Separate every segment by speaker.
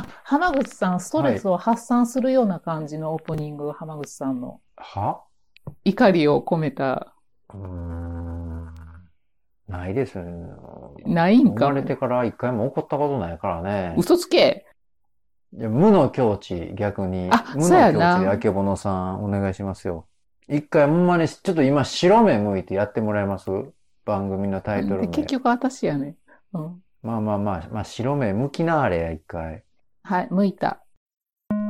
Speaker 1: 浜口さん、ストレスを発散するような感じのオープニング、浜口さんの。
Speaker 2: は
Speaker 1: 怒りを込めた、
Speaker 2: うーん。ないですね。
Speaker 1: ないん
Speaker 2: 生
Speaker 1: か
Speaker 2: ま。れてから一回も怒ったことないからね。
Speaker 1: 嘘つけ
Speaker 2: いや無の境地、逆に。
Speaker 1: あ
Speaker 2: 無の
Speaker 1: そうや
Speaker 2: 境
Speaker 1: な
Speaker 2: 地で、あけぼのさん、お願いしますよ。一回、ほんまに、ちょっと今、白目向いてやってもらえます番組のタイトル名。
Speaker 1: 結局私やね。うん。
Speaker 2: まあまあまあ、まあ、白目向きなあれや、一回。
Speaker 1: はい、向いた。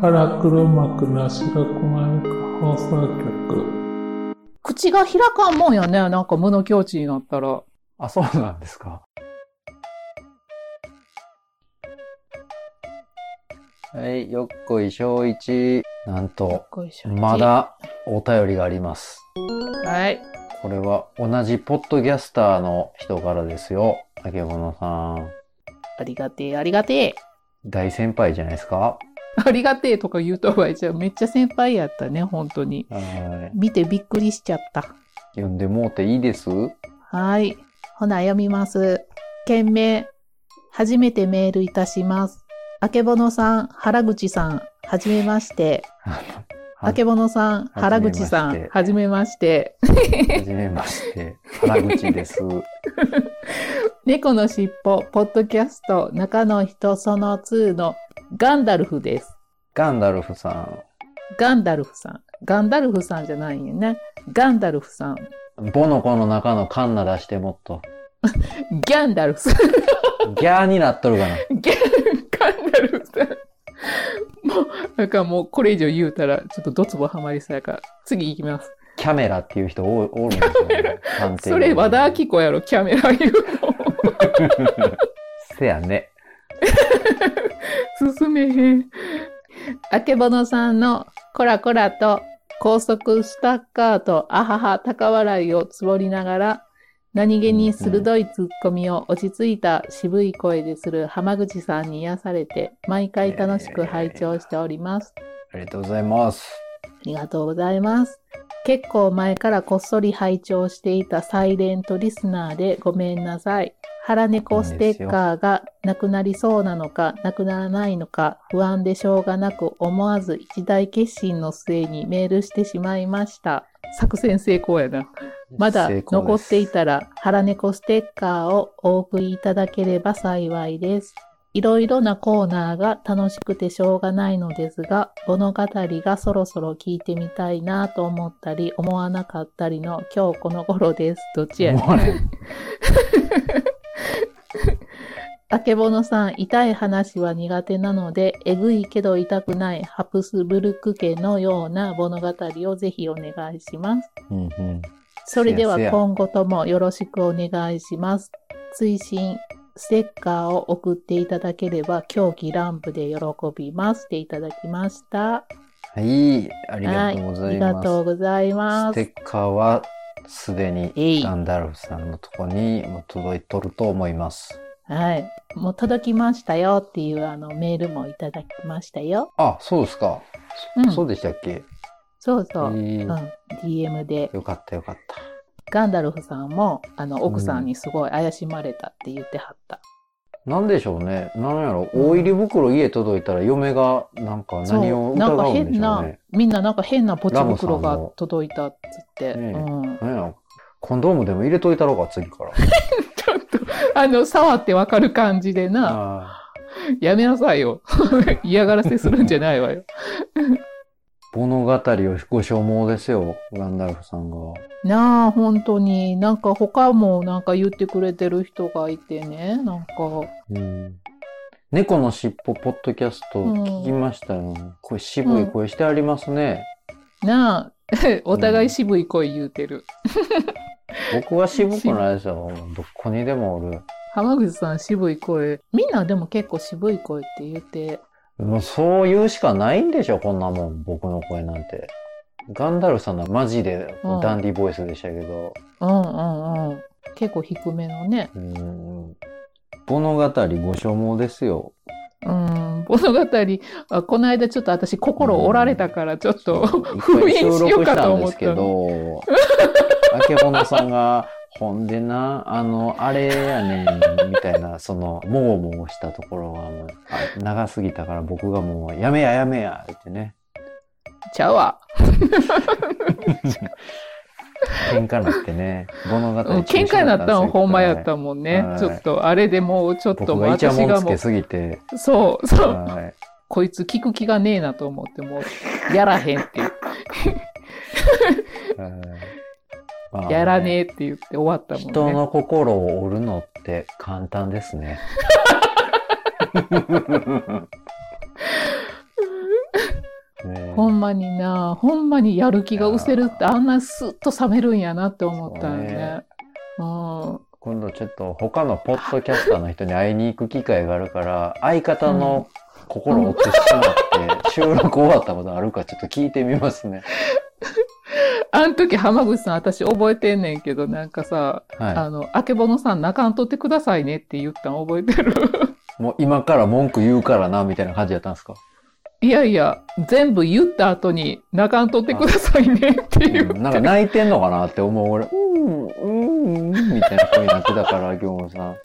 Speaker 3: 腹黒幕なしがまゆか放送局。
Speaker 1: 口が開かんもんやね。なんか無の境地になったら。
Speaker 2: あ、そうなんですか。はい、よっこい正一。なんと、
Speaker 1: よいしょ
Speaker 2: ま。だお便りがあります。
Speaker 1: はい。
Speaker 2: これは同じポッドキャスターの人からですよ。あけぼのさん。
Speaker 1: ありがてえ、ありがてえ。
Speaker 2: 大先輩じゃないですか
Speaker 1: ありがてえとか言うとはじゃあめっちゃ先輩やったね、本当に。
Speaker 2: はい。
Speaker 1: 見てびっくりしちゃった。
Speaker 2: 読んでもうてい いです
Speaker 1: はい。ほな、読みます。件名。初めてメールいたします。あけぼのさん、原口さん、はじめまして。あけぼのさん、
Speaker 2: は
Speaker 1: 原
Speaker 2: じめまして
Speaker 1: 口さん、はじめまして。
Speaker 2: はじめまして。原口です。
Speaker 1: 猫のしっぽ、ポッドキャスト、中の人その2のガンダルフです。
Speaker 2: ガンダルフさん。
Speaker 1: ガンダルフさん。ガンダルフさんじゃないんよね。ガンダルフさん。
Speaker 2: ボの子の中のカンナ出してもっと。
Speaker 1: ギャンダルフさん。
Speaker 2: ギャーになっとるかな。
Speaker 1: ギャガンダルフさん。もう、なんかもうこれ以上言うたら、ちょっとドツボハマりそうやから、次行きます。
Speaker 2: キャメラっていう人おるおるんですよ、ね。探偵
Speaker 1: それ、和田アキ子やろ、キャメラ言う
Speaker 2: せやね。
Speaker 1: の。進めへん。あけぼのさんの、コラコラと、高速スタッカーと、あはは、高笑いをつぼりながら、何気に鋭いツッコミを落ち着いた渋い声でする浜口さんに癒されて、毎回楽しく拝聴しております。
Speaker 2: ありがとうございます。
Speaker 1: ありがとうございます。結構前からこっそり拝聴していたサイレントリスナーでごめんなさい。腹猫ステッカーがなくなりそうなのか、なくならないのか、不安でしょうがなく思わず一大決心の末にメールしてしまいました。作戦成功やな。まだ
Speaker 2: 成功です
Speaker 1: 残っていたら腹猫ステッカーをお送りいただければ幸いです。いろいろなコーナーが楽しくてしょうがないのですが、物語がそろそろ聞いてみたいなと思ったり、思わなかったりの今日この頃です。どっちやねん
Speaker 2: もうね
Speaker 1: あけぼのさん、痛い話は苦手なので、えぐいけど痛くないハプスブルク家のような物語をぜひお願いします。
Speaker 2: うんうん。
Speaker 1: それでは
Speaker 2: せやせや
Speaker 1: 今後ともよろしくお願いします。推進、ステッカーを送っていただければ、狂気乱舞で喜びます。っていただきました。
Speaker 2: はい、ありがとうご
Speaker 1: あ
Speaker 2: ざ
Speaker 1: り
Speaker 2: います。
Speaker 1: がとうございま
Speaker 2: ステ
Speaker 1: す。
Speaker 2: ッカーはすで
Speaker 1: え
Speaker 2: に
Speaker 1: い
Speaker 2: ガンダルフさんのとこにも届いとると思います。
Speaker 1: はい。もう届きましたよっていうあのメールもいただきましたよ。
Speaker 2: あ、そうですか。
Speaker 1: う
Speaker 2: そ
Speaker 1: ん
Speaker 2: そうでしたっけ、
Speaker 1: そうそう。
Speaker 2: え
Speaker 1: うん。
Speaker 2: ー
Speaker 1: DM で。
Speaker 2: よかったよかった。
Speaker 1: ガンダルフさんも、あの、奥さんにすごい怪しまれたって言ってはった。
Speaker 2: なんでしょうね。なんやろ。
Speaker 1: うん
Speaker 2: 大入り袋家届いたら嫁がなんか
Speaker 1: そう
Speaker 2: 何を疑うんでし
Speaker 1: な
Speaker 2: ょ
Speaker 1: んか変な
Speaker 2: うね。、
Speaker 1: みんななんか変なポチ袋
Speaker 2: ラムさ
Speaker 1: が
Speaker 2: んも
Speaker 1: 届いたっつって。
Speaker 2: ねえ
Speaker 1: うん。
Speaker 2: なんやろ。コンドームでも入れといたろうか、次から。
Speaker 1: ちょっと、あの、触ってわかる感じでな、
Speaker 2: あ
Speaker 1: やめなさいよ。 嫌がらせするんじゃないわよ。
Speaker 2: ー物語をご所望ですよ、ガンダルフさんが。
Speaker 1: なあ、本当に。なんか他もなんか言ってくれてる人がいてね、なんか。
Speaker 2: うん猫のしっぽポッドキャスト聞きましたよ。これ渋い声してありますね。
Speaker 1: なあ、 お互い渋い声言うてる。
Speaker 2: 僕は渋くないですよ。どこにでもおる。
Speaker 1: 浜口さん渋い声。みんなでも結構渋い声って言って。
Speaker 2: もうそう言うしかないんでしょ、こんなもん。僕の声なんて。ガンダルフさんのはマジで
Speaker 1: うん
Speaker 2: ダンディボイスでしたけど。
Speaker 1: うんうんうん。結構低めのね。
Speaker 2: うん物語ご所望ですよ。
Speaker 1: うん、物語あ、この間ちょっと私心折られたからちょっと
Speaker 2: 一
Speaker 1: 封
Speaker 2: 回
Speaker 1: 印
Speaker 2: 収
Speaker 1: しよう
Speaker 2: 録
Speaker 1: か
Speaker 2: した
Speaker 1: と
Speaker 2: んで
Speaker 1: 思っ
Speaker 2: す
Speaker 1: た
Speaker 2: け
Speaker 1: の。
Speaker 2: ど、あけぼのさんがほんでな、あの、あれやねん、みたいな、その、もごもごしたところはもう、あ長すぎたから僕がもう、やめややめやってね、
Speaker 1: ちゃうわ。
Speaker 2: 喧嘩なってね、物語
Speaker 1: うん喧嘩になったのはほんまやったもんね。
Speaker 2: はい
Speaker 1: ちょっと、あれでもうちょっ
Speaker 2: もん。
Speaker 1: と
Speaker 2: 僕
Speaker 1: もう
Speaker 2: がイチ
Speaker 1: 私
Speaker 2: ャモ
Speaker 1: が
Speaker 2: ンつ
Speaker 1: も
Speaker 2: け
Speaker 1: う、
Speaker 2: すぎて、
Speaker 1: そうそう、
Speaker 2: はい
Speaker 1: こいつ聞く気がねえなと思って、もう、やらへんって、
Speaker 2: はいまあ
Speaker 1: やらねえって言って終わったもんね。
Speaker 2: 人の心を折るのって簡単ですね。ね
Speaker 1: ほんまにな、ほんまにやる気が失せるって、あんなスッと冷めるんやなって思ったよ
Speaker 2: そう
Speaker 1: ね
Speaker 2: ね。
Speaker 1: うん。
Speaker 2: 今度ちょっと他のポッドキャスターの人に会いに行く機会があるから、相方の心を折ってしまって、収録終わったことあるかちょっと聞いてみますね。
Speaker 1: あの時、浜口さん、私覚えてんねんけど、なんかさ、
Speaker 2: は
Speaker 1: あの、あけぼのさん、泣かんとってくださいねって言ったん覚えてる。
Speaker 2: い。もう今から文句言うからな、みたいな感じやったんですか
Speaker 1: いやいや、全部言った後に、泣かんとってくださいねって
Speaker 2: う
Speaker 1: いう。
Speaker 2: んなんか泣いてんのかなって思う俺、うん、うん、うん、みたいな声になってたから、 今日もさん。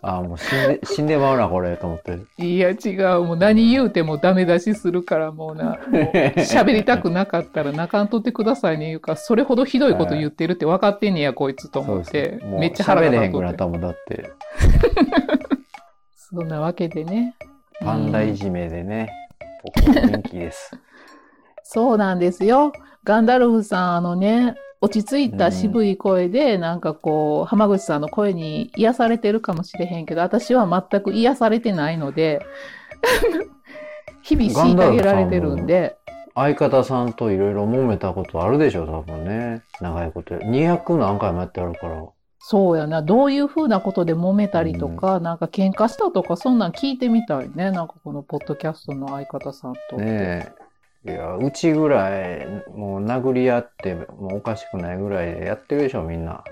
Speaker 2: あー、もう死んで、死んでまうな、これ、と思って。
Speaker 1: いや、違う。もう何言うてもダメ出しするから、もう な、もう喋りたくなかったら、泣かんとってくださいね言うから、それほどひどいこと言ってるって分かってんねや、こいつと
Speaker 2: そう
Speaker 1: 思っ
Speaker 2: です
Speaker 1: て
Speaker 2: ね。もう
Speaker 1: めっちゃ腹
Speaker 2: 喋れ
Speaker 1: 立
Speaker 2: へ
Speaker 1: っ
Speaker 2: ん
Speaker 1: と
Speaker 2: く
Speaker 1: っ
Speaker 2: な
Speaker 1: て
Speaker 2: ったもんだって、
Speaker 1: そんなわけでね。
Speaker 2: パンダ
Speaker 1: う
Speaker 2: い
Speaker 1: ん
Speaker 2: じめでね、僕人気です。
Speaker 1: そうなんですよ。ガンダルフさん、あのね、落ち着いた渋い声で、なんかこう、浜口さんの声に癒されてるかもしれへんけど、私は全く癒されてないので、 日々虐げられてるんで、
Speaker 2: 相方さんといろいろ揉めたことあるでしょ、多分ね。長いこと。200何回もやってあるから。
Speaker 1: そうやな、どういうふうなことで揉めたりとか、なんか喧嘩したとか、そんなん聞いてみたいね、なんかこのポッドキャストの相方さんと。
Speaker 2: ねえ。いや、うちぐらい、もう殴り合って、もうおかしくないぐらいやってるでしょ、みんな。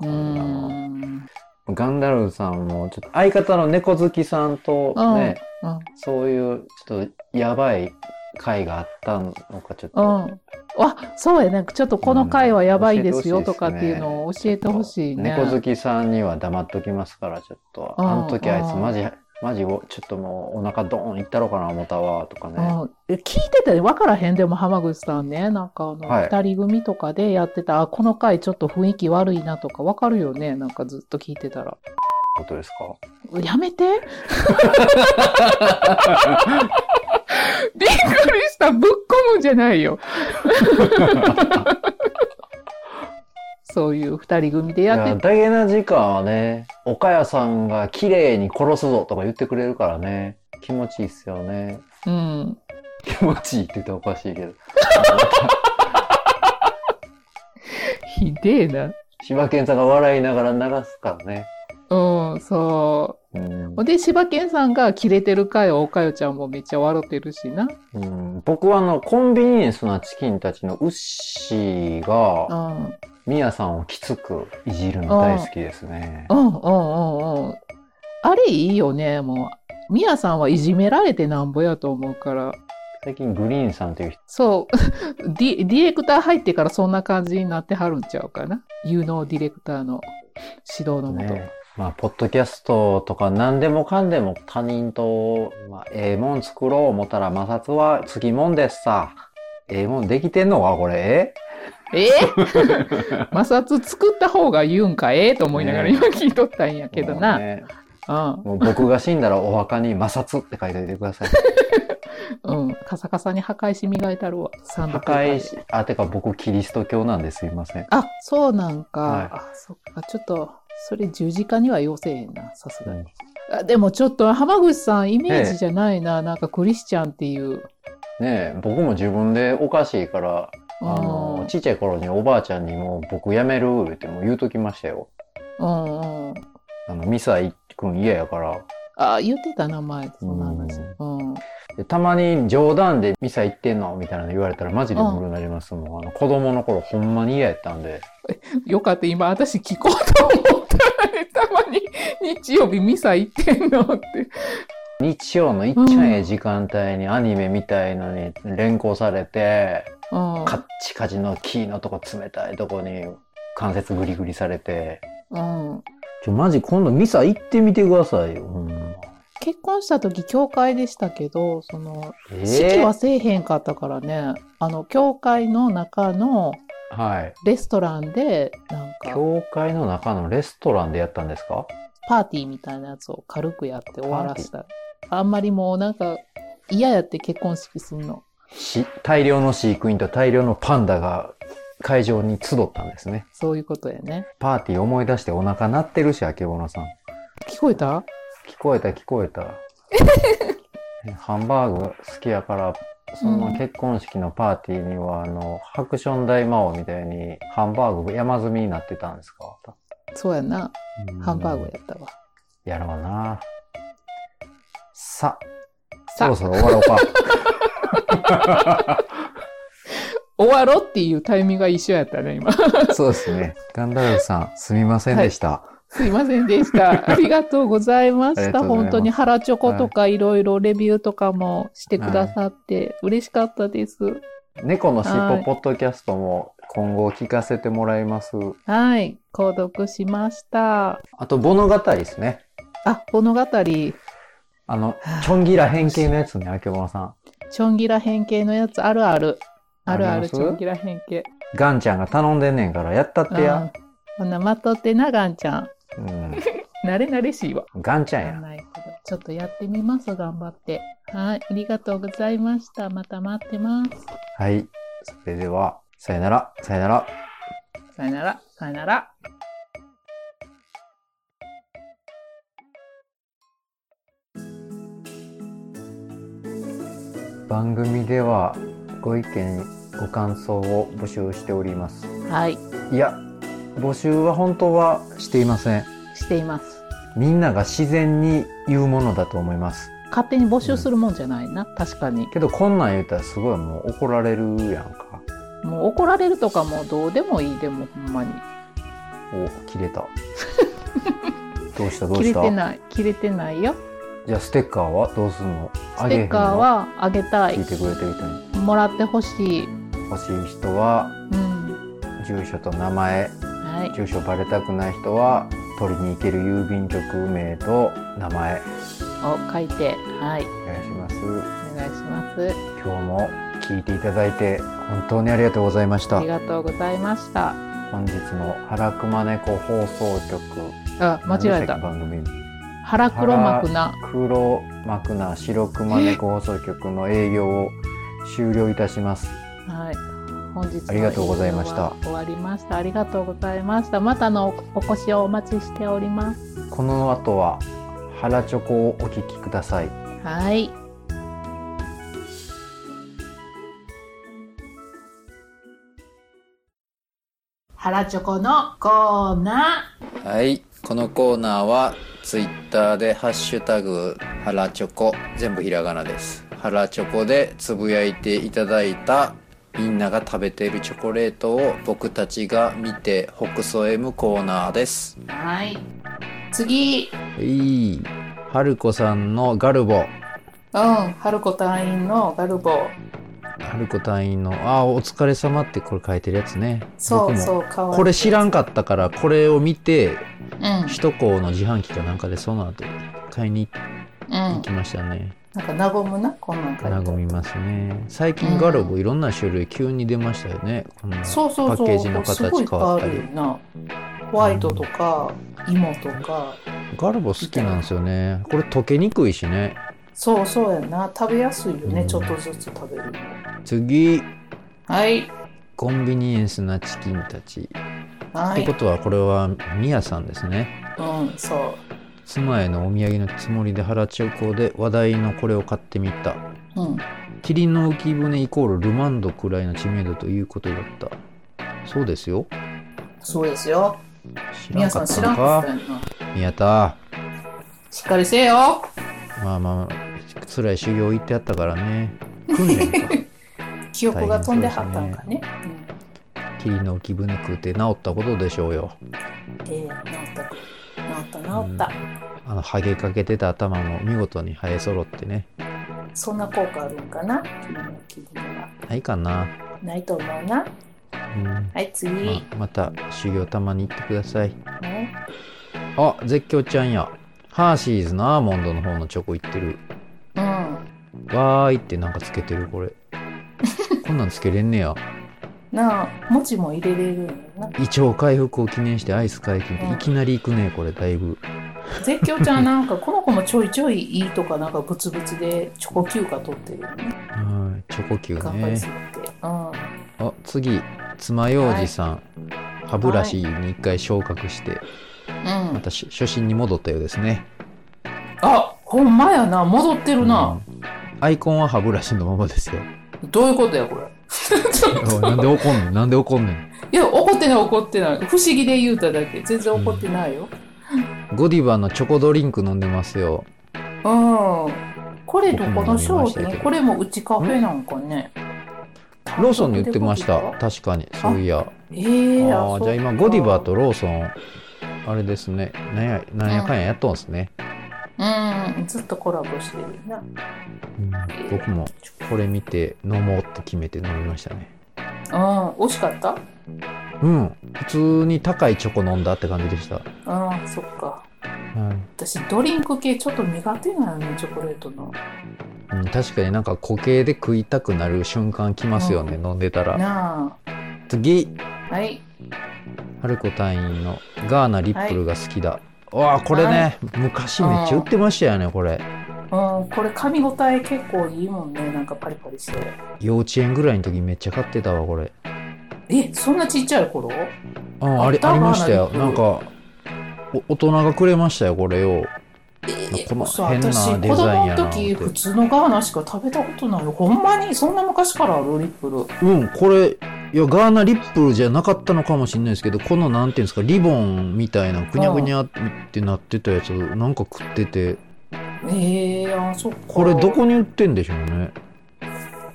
Speaker 1: うーん。
Speaker 2: ガンダルフさんも、ちょっと相方の猫好きさんと
Speaker 1: うん
Speaker 2: ね、
Speaker 1: うん
Speaker 2: そういう、ちょっとやばい回があったのか、ちょっ
Speaker 1: う
Speaker 2: と。
Speaker 1: ん。あ、そうやね。ちょっとこの回はやばいですよ
Speaker 2: うん
Speaker 1: とかっていうのを教えてほしいね。
Speaker 2: 猫好きさんには黙っときますから、ちょっと。
Speaker 1: うん
Speaker 2: あの時あいつ
Speaker 1: うん
Speaker 2: マジ、マジお、ちょっともうお腹ドーンいったろかな思ったわ、とか
Speaker 1: う
Speaker 2: ね。
Speaker 1: ん、え聞いてて分からへんでも浜口さんねなんかあの
Speaker 2: はい
Speaker 1: 2人組とかでやってた、あこの回ちょっと雰囲気悪いなとか分かるよねなんかずっと聞いてたら
Speaker 2: ことですか
Speaker 1: やめ てびっくりしたぶっ込むんじゃない よそういう2人組で
Speaker 2: い
Speaker 1: やって
Speaker 2: や、ダゲな時間はね、岡谷さんが綺麗に殺すぞとか言ってくれるからね、気持ちいいっすよね。
Speaker 1: うん
Speaker 2: 気持ちいいって言ったらおかしいけど。
Speaker 1: ひでえな
Speaker 2: 柴犬さんが笑いながら流すからね。
Speaker 1: うん、そ
Speaker 2: うん
Speaker 1: う。で、柴犬さんがキレてる回は、おかよちゃんもめっちゃ笑ってるしな。
Speaker 2: うん僕はあの、コンビニエンスなチキンたちのウッシー
Speaker 1: う
Speaker 2: が、
Speaker 1: ん、うん、
Speaker 2: ミヤさんをきつくいじるの大好きですね。
Speaker 1: うん、うん、うん。あれいいよね、もう。みやさんはいじめられてなんぼやと思うから。
Speaker 2: 最近グリーンさんという人、
Speaker 1: そう。 ディディレクター入ってからそんな感じになってはるんちゃうかな。有能ディレクターの指導のもと。
Speaker 2: ね、まあ、ポッドキャストとか何でもかんでも他人と、まあ、ええもん作ろう思ったら摩擦はつきもんですさ。ええもんできてんのかこれ、
Speaker 1: え え摩擦作った方が言うんかええと思いながら今聞いとったんや
Speaker 2: え
Speaker 1: けどな。
Speaker 2: もうね
Speaker 1: うん。
Speaker 2: もう僕が死んだらお墓に摩擦って書いておいてください。
Speaker 1: うん、カサカサに破壊し磨いたるわ。サン
Speaker 2: 破
Speaker 1: ドペーパーで
Speaker 2: 壊し、あ、てか僕キリスト教なんですいません。
Speaker 1: あ、そうなんか。
Speaker 2: はい
Speaker 1: あ、そっか。ちょっと、それ十字架には要せえへんな、さす
Speaker 2: う
Speaker 1: がに。
Speaker 2: ん
Speaker 1: あでもちょっと、浜口さん、イメージじゃないな。なんか、クリスチャンっていう。
Speaker 2: ねえ、僕も自分でおかしいから、あ
Speaker 1: うん
Speaker 2: の、ちっちゃい頃におばあちゃんにも僕辞めるってもう言うときましたよ。
Speaker 1: うんうん。
Speaker 2: あの、ミサ行くん嫌やから。
Speaker 1: あ、言ってた名前、その話。うん。
Speaker 2: でたまに冗談でミサ行ってんのみたいなの言われたらマジで無理になりますもん。あの子供の頃ほんまに嫌やったんで。
Speaker 1: よかった、今、私聞こうと思ったらね、たまに日曜日ミサ行ってんのって。
Speaker 2: 日曜のいっちゃええ時間帯にアニメみたいのに連行されて、
Speaker 1: うん。
Speaker 2: カッチカチの木のとこ冷たいとこに関節グリグリされて。
Speaker 1: うん。
Speaker 2: ちょ、マジ今度ミサ行ってみてくださいよ。ほんま
Speaker 1: 結婚した時、教会でしたけど、その、
Speaker 2: え
Speaker 1: 式は
Speaker 2: は
Speaker 1: せえへんかったからね、あの、教会の中の
Speaker 2: はい。
Speaker 1: レストランで、なんか、
Speaker 2: 教会の中のレストランでやったんですか
Speaker 1: パーティーみたいなやつを軽くやって終わらした。あんまりもうなんか、嫌やって結婚式すんの。
Speaker 2: し大量の飼育員と大量のパンダが会場に集ったんですね。
Speaker 1: そういうことやね。
Speaker 2: パーティー思い出してお腹鳴ってるし、あけぼのさん。
Speaker 1: 聞こえた
Speaker 2: 聞こえた聞こ えた。ハンバーグ好きやから、その結婚式のパーティーには、あの、ハクション大魔王みたいに、ハンバーグ山積みになってたんですか
Speaker 1: そうやな。ハンバーグ
Speaker 2: や。
Speaker 1: やったわ。
Speaker 2: やろうな。さ、そ
Speaker 1: さ
Speaker 2: ろ
Speaker 1: あ、
Speaker 2: そろ終わろうか。
Speaker 1: 終わろっていうタイミングが一緒やったね、今。
Speaker 2: そうですね。ガンダルフさん、すみませんでした。
Speaker 1: すいませんで した。ありがとうございま
Speaker 2: あり
Speaker 1: した。
Speaker 2: がとうございます
Speaker 1: 本当に腹チョコとかいろいろレビューとかもしてくださって嬉しかったです。はい。
Speaker 2: 猫のしっ
Speaker 1: はい
Speaker 2: ぽポッドキャストも今後聞かせてもらいます。
Speaker 1: 購読しました。
Speaker 2: あと物語ですね。
Speaker 1: あ、物語、ち
Speaker 2: あの
Speaker 1: はあ、
Speaker 2: ちょんぎら変形のやつね、あけぼのさん。
Speaker 1: ょんぎら変形のやつあるある。あるあ
Speaker 2: ありま
Speaker 1: る、
Speaker 2: す
Speaker 1: ちょんぎら変形。
Speaker 2: ガンちゃんが頼んでんねんから、やったって
Speaker 1: うん
Speaker 2: や。
Speaker 1: ほな、まとってな、ガンちゃん。
Speaker 2: うん。
Speaker 1: 慣れ慣れしいわ。
Speaker 2: ガンちゃん
Speaker 1: わかん
Speaker 2: や。
Speaker 1: ないけどちょっとやってみます、頑張って。はい、ありがとうございました。また待ってます。
Speaker 2: はい。それでは、さよなら、さよなら。
Speaker 1: さよなら、さよなら。
Speaker 2: 番組では、ご意見、ご感想を募集しております。
Speaker 1: はい、
Speaker 2: いや、募集は本当はしていません。
Speaker 1: しています。
Speaker 2: みんなが自然に言うものだと思います。
Speaker 1: 勝手に募集するもんじゃないな、確かに。
Speaker 2: けど、こんなん言うたらすごいもう怒られるやんか。
Speaker 1: もう怒られるとかもどうでもいいでもほんまに。
Speaker 2: お 切れたどうしたどう
Speaker 1: 切れ
Speaker 2: してた
Speaker 1: ない、切れてないよ。
Speaker 2: じゃあステッカーはどうすんの
Speaker 1: ステッカーはあげた
Speaker 2: あげへん
Speaker 1: い
Speaker 2: の聞い。てくれてる人に
Speaker 1: もらってほしい。う
Speaker 2: 欲しい人は
Speaker 1: ん。
Speaker 2: 住所と名前
Speaker 1: はい。
Speaker 2: 住所バレたくない人は取りに行ける郵便局名と名前
Speaker 1: を書いて、はい。
Speaker 2: お願いします
Speaker 1: お願いします。
Speaker 2: 今日も聞いていただいて本当にありがとうございまし
Speaker 1: あ
Speaker 2: た
Speaker 1: りがとうございました。
Speaker 2: 本日の原熊猫放送局
Speaker 1: あ、間違え
Speaker 2: 何でしたっけ
Speaker 1: た。
Speaker 2: 番組
Speaker 1: 腹黒幕な。
Speaker 2: 黒幕な白熊猫放送局の営業を終了いたします
Speaker 1: はい。本日の
Speaker 2: ありがとうございました
Speaker 1: 営業は終わりました。ありがとうございました。またのお越しをお待ちしております。
Speaker 2: この後は腹チョコをお聞きください。
Speaker 1: はい。腹チョコのコーナ
Speaker 2: はい、このコーナーはツイッターでハッシュタグ腹チョコ全部ひらがなです。腹チョコでつぶやいていただいたみんなが食べているチョコレートを僕たちが見て北総 M コーナーです。
Speaker 1: ー。はい。次。
Speaker 2: はい、はるこさんのガルボ。
Speaker 1: うん。春子隊員のガルボ。
Speaker 2: はるこ隊員の、ああ、お疲れ様ってこれ書いてるやつね。
Speaker 1: そう
Speaker 2: 僕も
Speaker 1: そう、かわいい。
Speaker 2: これ知らんかったから、これを見て、
Speaker 1: うん。
Speaker 2: 首都高の自販機かなんかでその後買いに
Speaker 1: うん。な
Speaker 2: 行
Speaker 1: ん
Speaker 2: きましたね、
Speaker 1: か、なごむな、こんなん書いて
Speaker 2: 和みますね最近ガロボいろんな種類急に出ましたよね、こんな
Speaker 1: そうそうそう。
Speaker 2: パッケージの形
Speaker 1: すごいいっぱい
Speaker 2: 変わ
Speaker 1: あ
Speaker 2: った
Speaker 1: る
Speaker 2: り
Speaker 1: よな。ホワイトとか、芋とか。
Speaker 2: ガロボ好きなんですよねこれ溶けにくいしね
Speaker 1: そうそうやな。食べやすいよね。
Speaker 2: うん
Speaker 1: ちょっとずつ食べる。
Speaker 2: 次
Speaker 1: はい。
Speaker 2: コンビニエンスなチキンたち、
Speaker 1: は
Speaker 2: っ
Speaker 1: い
Speaker 2: て。ことはこれはミヤさんですね
Speaker 1: うん、そう。
Speaker 2: 妻へのお土産のつもりで原中高で話題のこれを買ってみた
Speaker 1: うん。
Speaker 2: キリンの浮き船イコールルマンドくらいの知名度ということだったそうですよ
Speaker 1: そうですよ。
Speaker 2: 知ら
Speaker 1: 皆
Speaker 2: んか
Speaker 1: さん
Speaker 2: っ
Speaker 1: 知
Speaker 2: た
Speaker 1: ら
Speaker 2: の
Speaker 1: んかっ
Speaker 2: か
Speaker 1: たやな。
Speaker 2: 宮田
Speaker 1: しっかりせえよ。
Speaker 2: まあまあ辛い修行行ってあったからね訓練 か
Speaker 1: 記憶が飛んではったんかね。
Speaker 2: 霧の浮き船食うて治ったことでしょうよ
Speaker 1: うん、ええ治ったく。治った治った。
Speaker 2: あのハゲかけてた頭も見事に生え揃ってね
Speaker 1: そんな効果あるんかな君の気分は。
Speaker 2: ないかな
Speaker 1: ないと思うな。
Speaker 2: うん
Speaker 1: はい、次。
Speaker 2: まあまた修行たまに行ってください
Speaker 1: ね
Speaker 2: あ絶叫ちゃんやハーシーズのアーモンドの方のチョコいってる
Speaker 1: うん。
Speaker 2: わーいってなんかつけてる これこんなんつけれんねや
Speaker 1: なあ、文字も入れれるんやな。
Speaker 2: 胃腸回復を記念してアイス解禁っていきなり行くねこれだいぶ
Speaker 1: 絶叫ちゃんなんか、この子もちょいちょいいいとか、なんかブツブツでチョコ休暇取ってるよね。
Speaker 2: はいチョコ Q
Speaker 1: 頑張り
Speaker 2: ね
Speaker 1: すぎて。うん。
Speaker 2: あ次爪楊枝さん、歯ブラシに一回昇格して、
Speaker 1: う
Speaker 2: ま
Speaker 1: ん。
Speaker 2: たし初心に戻ったようですね、
Speaker 1: あ、ほんまやな。戻ってるな。
Speaker 2: うんアイコンは歯ブラシのままですよ
Speaker 1: どういうことや、これ。
Speaker 2: おいなんで 怒んねんなんで怒んねん
Speaker 1: いや、怒ってない、怒ってない。不思議で言うただけ。全然怒ってないよ。
Speaker 2: ゴディバのチョコドリンク飲んでますよ
Speaker 1: うん。これどこの商
Speaker 2: 僕も飲みましたけ
Speaker 1: 品
Speaker 2: ど
Speaker 1: これもうちカフェなんかね。
Speaker 2: ローソンに売ってました確かにそういや
Speaker 1: ええ
Speaker 2: ああじゃあ今ゴディバと。ローソンあれですねなんやなんやかんややっとんすね、
Speaker 1: うん、ずっとコラボしてるな。
Speaker 2: うん僕もこれ見て飲もうって決めて飲みましたね
Speaker 1: うん、美味しかった
Speaker 2: うん普通に高いチョコ飲んだって感じでした、は
Speaker 1: うん、そっか。
Speaker 2: い
Speaker 1: 私、ドリンク系ちょっと苦手なのね、チョコレートの。
Speaker 2: うん、確かになんか固形で食いたくなる瞬間きますよね、飲んでたら
Speaker 1: な
Speaker 2: 次
Speaker 1: あ。はい。
Speaker 2: 春子隊員のガーナリップルが好きだ、わあこれね、昔めっちゃ売ってましたよねこれ
Speaker 1: うん、これ噛み応え結構いいもんね。なんかパリパリして。
Speaker 2: 幼稚園ぐらいの時めっちゃ買ってたわこれ
Speaker 1: え、そんなちっちゃい頃
Speaker 2: ああ
Speaker 1: あ
Speaker 2: あ
Speaker 1: っ
Speaker 2: り
Speaker 1: た
Speaker 2: ありましたよ
Speaker 1: ガーナ
Speaker 2: な
Speaker 1: リップ
Speaker 2: ん
Speaker 1: ル
Speaker 2: かお大人がくれましたよこれを
Speaker 1: え
Speaker 2: この
Speaker 1: そう
Speaker 2: 変な
Speaker 1: 私
Speaker 2: デザイン
Speaker 1: 子
Speaker 2: やな
Speaker 1: 供の時普通のガーナしか食べたことないよほんまにそんな昔からあるリップル
Speaker 2: うんこれいやガーナリップルじゃなかったのかもしれないですけどこのなんていうんですかリボンみたいなぐにゃぐにゃってなってたやつなんか食ってて
Speaker 1: ええあそっか
Speaker 2: これどこに売ってんでしょうね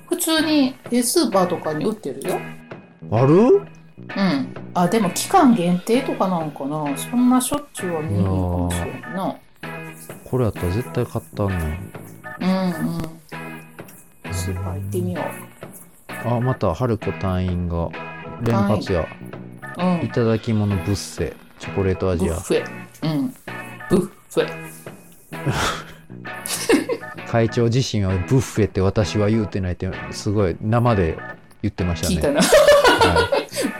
Speaker 1: 普通にえスーパーとかに売ってるよ
Speaker 2: ある
Speaker 1: うんあでも期間限定とかなんかなそんなしょっちゅうは見えるかもしれんな
Speaker 2: これやったら絶対買ったね
Speaker 1: うんうんスーパー行ってみよ
Speaker 2: あまた春子隊員が連発や、
Speaker 1: うう
Speaker 2: い、
Speaker 1: ん
Speaker 2: ただき物ブッセチョコレート
Speaker 1: ブ
Speaker 2: 味
Speaker 1: ッ
Speaker 2: や
Speaker 1: フェうんブッフェ
Speaker 2: 会長自身はブッフェって私は言うてないってすごい生で言ってましたね
Speaker 1: 聞いたな
Speaker 2: は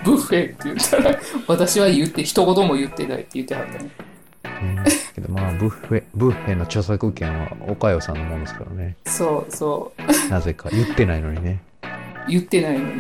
Speaker 1: ブッフェって言ったら私は言って一言も言ってないって言ってはったね
Speaker 2: いうんけどまあブッフェブッフェの著作権は岡代さんのものですからね
Speaker 1: そうそう
Speaker 2: なぜか言ってないのにね
Speaker 1: 言ってないのに